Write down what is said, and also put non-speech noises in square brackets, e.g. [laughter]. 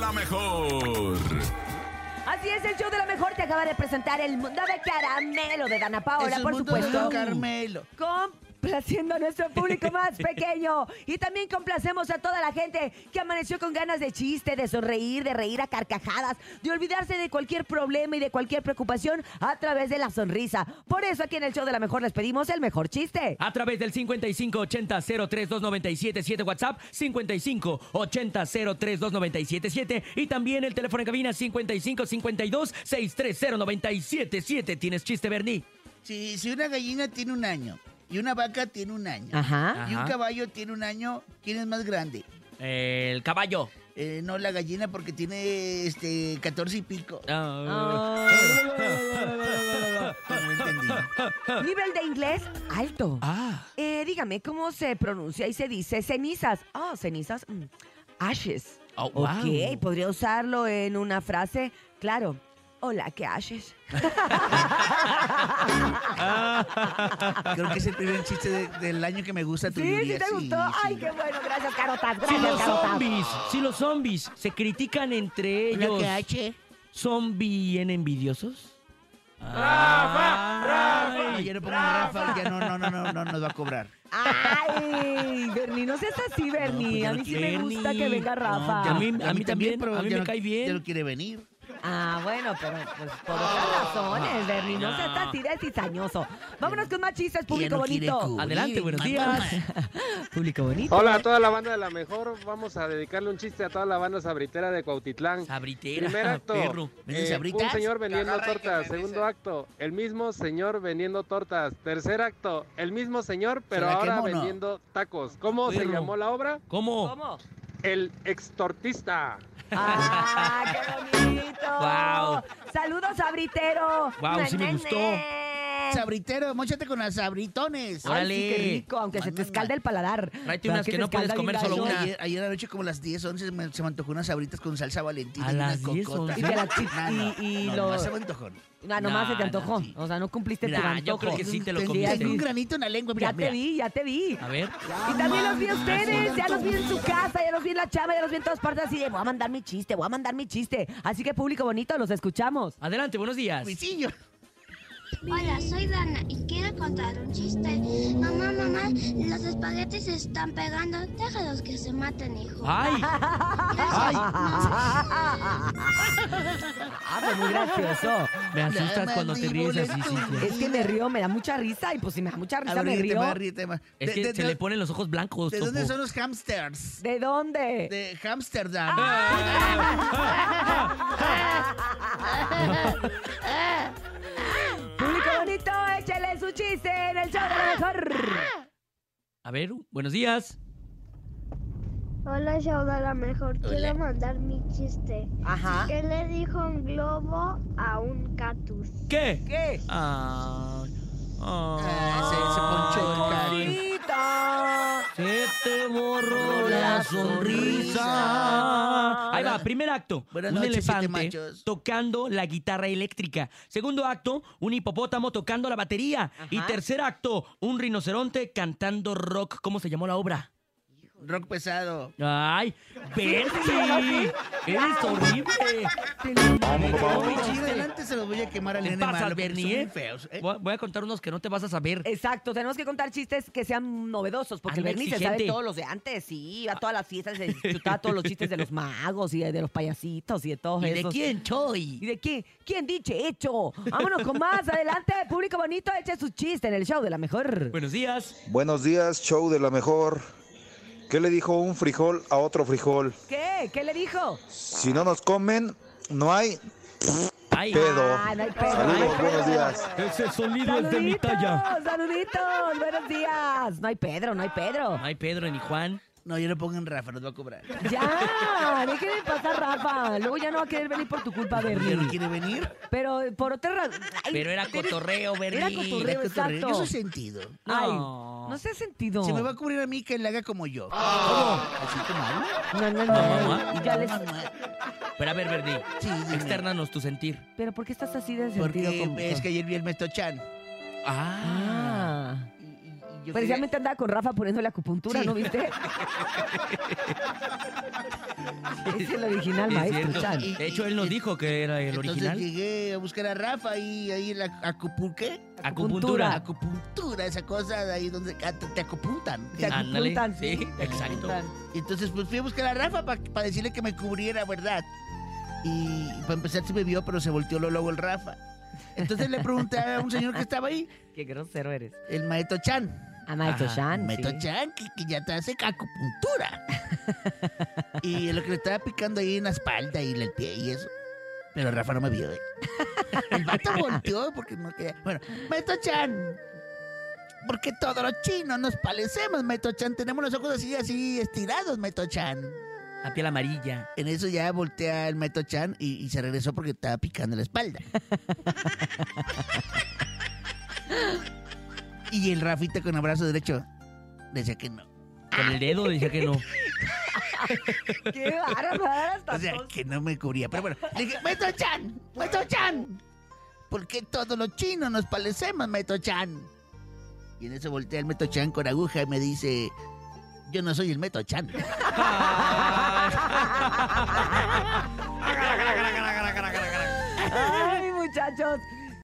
la mejor. Así es, el show de la mejor te acaba de presentar el mundo de caramelo de Dana Paola, Es un por mundo de supuesto. Carmelo. Complaciendo a [laughs] nuestro público más pequeño. Y también complacemos a toda la gente que amaneció con ganas de chiste, de sonreír, de reír a carcajadas, de olvidarse de cualquier problema y de cualquier preocupación a través de la sonrisa. Por eso aquí en el show de la mejor les pedimos el mejor chiste. A través del 5580-032977 WhatsApp, 5580-032977 y también el teléfono en cabina 5552-630977. ¿Tienes chiste, Bernie? Si, si una gallina tiene un año y una vaca tiene un año Ajá. y un Ajá. caballo tiene un año, ¿quién es más grande? El caballo. Eh, no la gallina porque tiene este 14 y pico. Ah. Ah. Ah. No entendí. [laughs] Nivel de inglés alto. Ah. Eh, dígame, ¿cómo se pronuncia y se dice cenizas? Ah, cenizas. mm, Ashes. Oh, Ok, wow. podría usarlo en una frase. Claro. Hola, ¿qué ashes? [laughs] Creo que es el primer chiste de- del año que me gusta tu Sí, sí Yuria, te gustó. sí. Ay, qué bueno. Gracias, Carotas. Si Gracias, los Carotas. zombies, si los zombies se critican entre ellos, ¿son bien envidiosos? Ay, Ay. ya no pongo a Rafa, ya no, no, no, no, no nos va a cobrar. Ay, Bernie, no seas así, Bernie. ya a no mí sí me quiero. gusta que Bernie, venga [laughs] Rafa. ya A mí- a mí también, a mí ya me no- cae bien. Ya no quiere venir. Ah, bueno, pero pues por otras razones, Bernie. No, no. seas así de cizañoso. Vámonos con más chistes, público no quiere bonito. cu- Adelante, buenos días. [laughs] Público bonito. Hola a toda la banda de la mejor. Vamos a dedicarle un chiste a toda la banda sabritera de Cuautitlán. Sabritera, Primer acto, perro. ¿Venden eh, sabritas? un señor vendiendo Cagarra y que tortas. me Segundo dice. acto, el mismo señor vendiendo tortas. Tercer acto, el mismo señor, pero la ahora quemo o no? vendiendo tacos. ¿Cómo se Perro. llamó la obra? ¿Cómo? ¿Cómo? El extortista. ¡Ah, qué bonito! Guau. ¡Saludos, Sabritero! Guau, sí me ¡Nene! gustó. Eh. Sabritero, mochate con las Ay, sabritones. sí, qué Órale. rico, aunque se te escalda el paladar. Tráete ¿Verdad unas que se no puedes escalda bien comer solo gacho? una. Ayer, ayer anoche como a las 10, 11 me- se me antojó unas sabritas con salsa valentina A y las una 10, cocota. 11. Y te la chi- [laughs] No, no, y- y no, lo- nomás se me antojó. Ah, nomás Nah, se te nah, antojó. sí. O sea, no cumpliste tu Mira, antojo. yo creo que sí te lo Tengo- comiste. Tengo un granito en la lengua, mira, Ya te mira. vi, ya te vi. A ver. Y también los vi a ustedes, ya los vi en su casa, ya los vi en la chava, ya los vi en todas partes así de voy a mandar mi chiste, voy a mandar mi chiste. Así que público bonito, los escuchamos. Adelante, buenos días. Huisillo. Hola, soy Dana y quiero contar un chiste. Mamá, mamá, los espaguetis se están pegando. Déjalos que se maten, hijo. Ay, Gracias, mamá. Ah, pues muy gracioso. me asustas La cuando te ríes mandíbula así, es sí, tu- sí. Es que me río, me da mucha risa y pues si me da mucha A risa ver, me ríete río. más, ríete más. Es De- que de- se de- le ponen los ojos blancos. ¿De dónde Topo. son los hamsters? ¿De dónde? De Hamsterdam. Ah. Público Ah. bonito, échale su chiste en el show de la mejor. A ver, buenos días. Hola, Shauda, la mejor. Hola. Quiero mandar mi chiste. Ajá. ¿Qué le dijo un globo a un cactus? ¿Qué? ¿Qué? Ah, ah, Ah, se- se ponchó el cactus. Bonito. se te borró la sonrisa. Ahí va, primer acto. Buenas un noches, siete elefante machos. tocando la guitarra eléctrica. Segundo acto, un hipopótamo tocando la batería. Y Ajá. tercer acto, un rinoceronte cantando rock. ¿Cómo se llamó la obra? Rock pesado. Ay, sí, Bertie, eres horrible. Muy chido, adelante se los voy a quemar al ¿Qué nene pasa, malo, porque son Bernie? muy eh? feos, ¿eh? Voy a- Voy a contar unos que no te vas a Eh, saber. Exacto, tenemos que contar chistes que sean novedosos, porque el Anda Bernie se exigente. sabe todos los de antes, sí, iba a todas las fiestas, se chutaba todos los chistes de los magos y de, de los payasitos y de todos ¿Y de esos. ¿Y quién soy? de quién? ¿Quién dice hecho? Vámonos con más, adelante, público bonito, eche su chiste en el show de la mejor. Buenos días. Buenos días, show de la mejor. ¿Qué le dijo un frijol a otro frijol? ¿Qué? ¿Qué le dijo? Si no nos comen, no hay Ay. pedo. Ah, no hay pedo. Saludos, Ay, buenos Pedro. días. Ese sonido Saluditos, saluditos, buenos días. No hay Pedro, no hay Pedro. No hay Pedro ni Juan. No, yo no pongo en Rafa, nos va a cobrar. Ya, déjenme pasar, Rafa. Luego ya no va a querer venir por tu culpa, ¿Ya no Bernie. quiere venir? Pero eh, por otra razón. Pero era cotorreo, Bernie. Era cotorreo, Era cotorreo. exacto. Yo soy sentido. Ay, No. no se ha sentido. Si me va a cubrir a mí, que le haga como yo. Así como hablo. No, no, No, no. mamá. Ya les- Pero a ver, Verdi, [laughs] Sí, dime. externanos tu sentir. Pero ¿por qué estás así de sentido Porque común? es que ayer vi el Mesto Chan. Ah. Ah. Y, y- yo Precisamente andaba con Rafa poniendo la acupuntura, Sí. ¿no viste? es el original, Es maestro. cierto. Chan. Y- De hecho, él nos dijo que era el Entonces original. llegué a buscar a Rafa y ahí en la acupul- ¿qué? acupuntura. Acupuntura. Acupuntura, esa cosa de ahí donde ah, te, te acupuntan. Te acu- Ándale. acupuntan, Sí, sí. exacto. Y Entonces pues fui a buscar a Rafa para decirle que me cubriera, ¿verdad? Y para empezar se me vio, pero se volteó lo- luego el Rafa. Entonces le pregunté a un señor que estaba ahí, Qué grosero eres. el maestro Chan. A Ah, maestro Ajá, Chan. maestro sí. Chan, que, que ya te hace acupuntura. y lo que le estaba picando ahí en la espalda y en el pie y eso. Pero Rafa no me vio. eh. El vato volteó porque no quería. Bueno, maestro Chan. Porque todos los chinos nos palecemos, Maestro Chan. Tenemos los ojos así, así estirados, Maestro Chan. La piel amarilla. En eso ya voltea el Maestro Chan y, y se regresó porque estaba picando la espalda. y el Rafita con el brazo derecho decía que no. Con el dedo decía que no. Qué bárbaras. O sea, que no me cubría. Pero bueno, le dije, Maestro Chan, Maestro Chan. ¿Por qué todos los chinos nos palecemos, Maestro Chan? Y en eso voltea el Maestro Chan con aguja y me dice, yo no soy el Maestro Chan. Ay, muchachos.